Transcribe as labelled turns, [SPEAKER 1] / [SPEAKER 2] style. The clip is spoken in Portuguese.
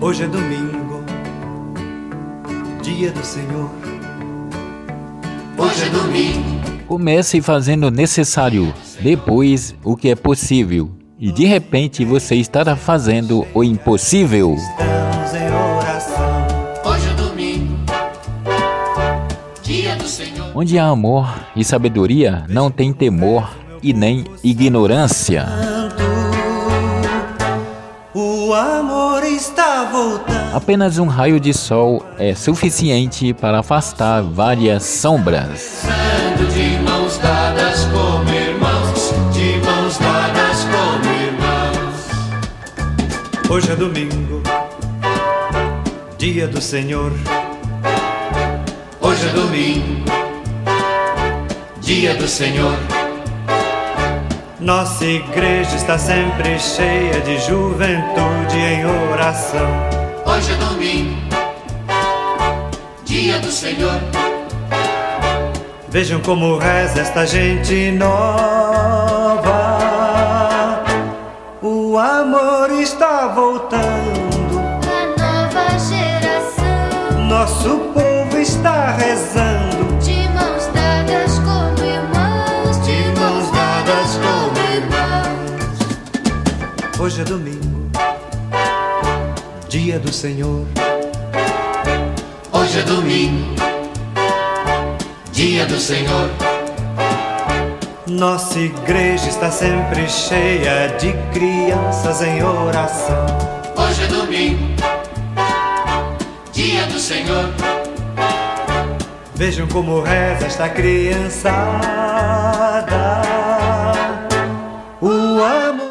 [SPEAKER 1] Hoje é domingo, dia do Senhor. Hoje é domingo.
[SPEAKER 2] Comece fazendo o necessário, depois o que é possível, e de repente você estará fazendo o impossível.
[SPEAKER 1] Estamos em oração.
[SPEAKER 3] Hoje é domingo, dia do Senhor.
[SPEAKER 2] Onde há amor e sabedoria, não tem temor e nem ignorância.
[SPEAKER 1] Santo, o amor está voltando.
[SPEAKER 2] Apenas um raio de sol é suficiente para afastar várias sombras.
[SPEAKER 3] Ando de mãos dadas como irmãos, de mãos dadas como irmãos.
[SPEAKER 1] Hoje é domingo, dia do Senhor.
[SPEAKER 3] Hoje é domingo, dia do Senhor.
[SPEAKER 1] Nossa igreja está sempre cheia de juventude em oração.
[SPEAKER 3] Hoje é domingo, dia do Senhor.
[SPEAKER 1] Vejam como reza esta gente nova. O amor está voltando,
[SPEAKER 4] A nova geração
[SPEAKER 1] nosso povo está rezando.
[SPEAKER 4] de mãos dadas como irmãos, de mãos dadas como irmãos.
[SPEAKER 1] Hoje é domingo, dia do Senhor.
[SPEAKER 3] Hoje é domingo, dia do Senhor.
[SPEAKER 1] Nossa igreja está sempre cheia de crianças em oração.
[SPEAKER 3] Hoje é domingo, dia do Senhor.
[SPEAKER 1] Vejam como reza esta criançada. O amor.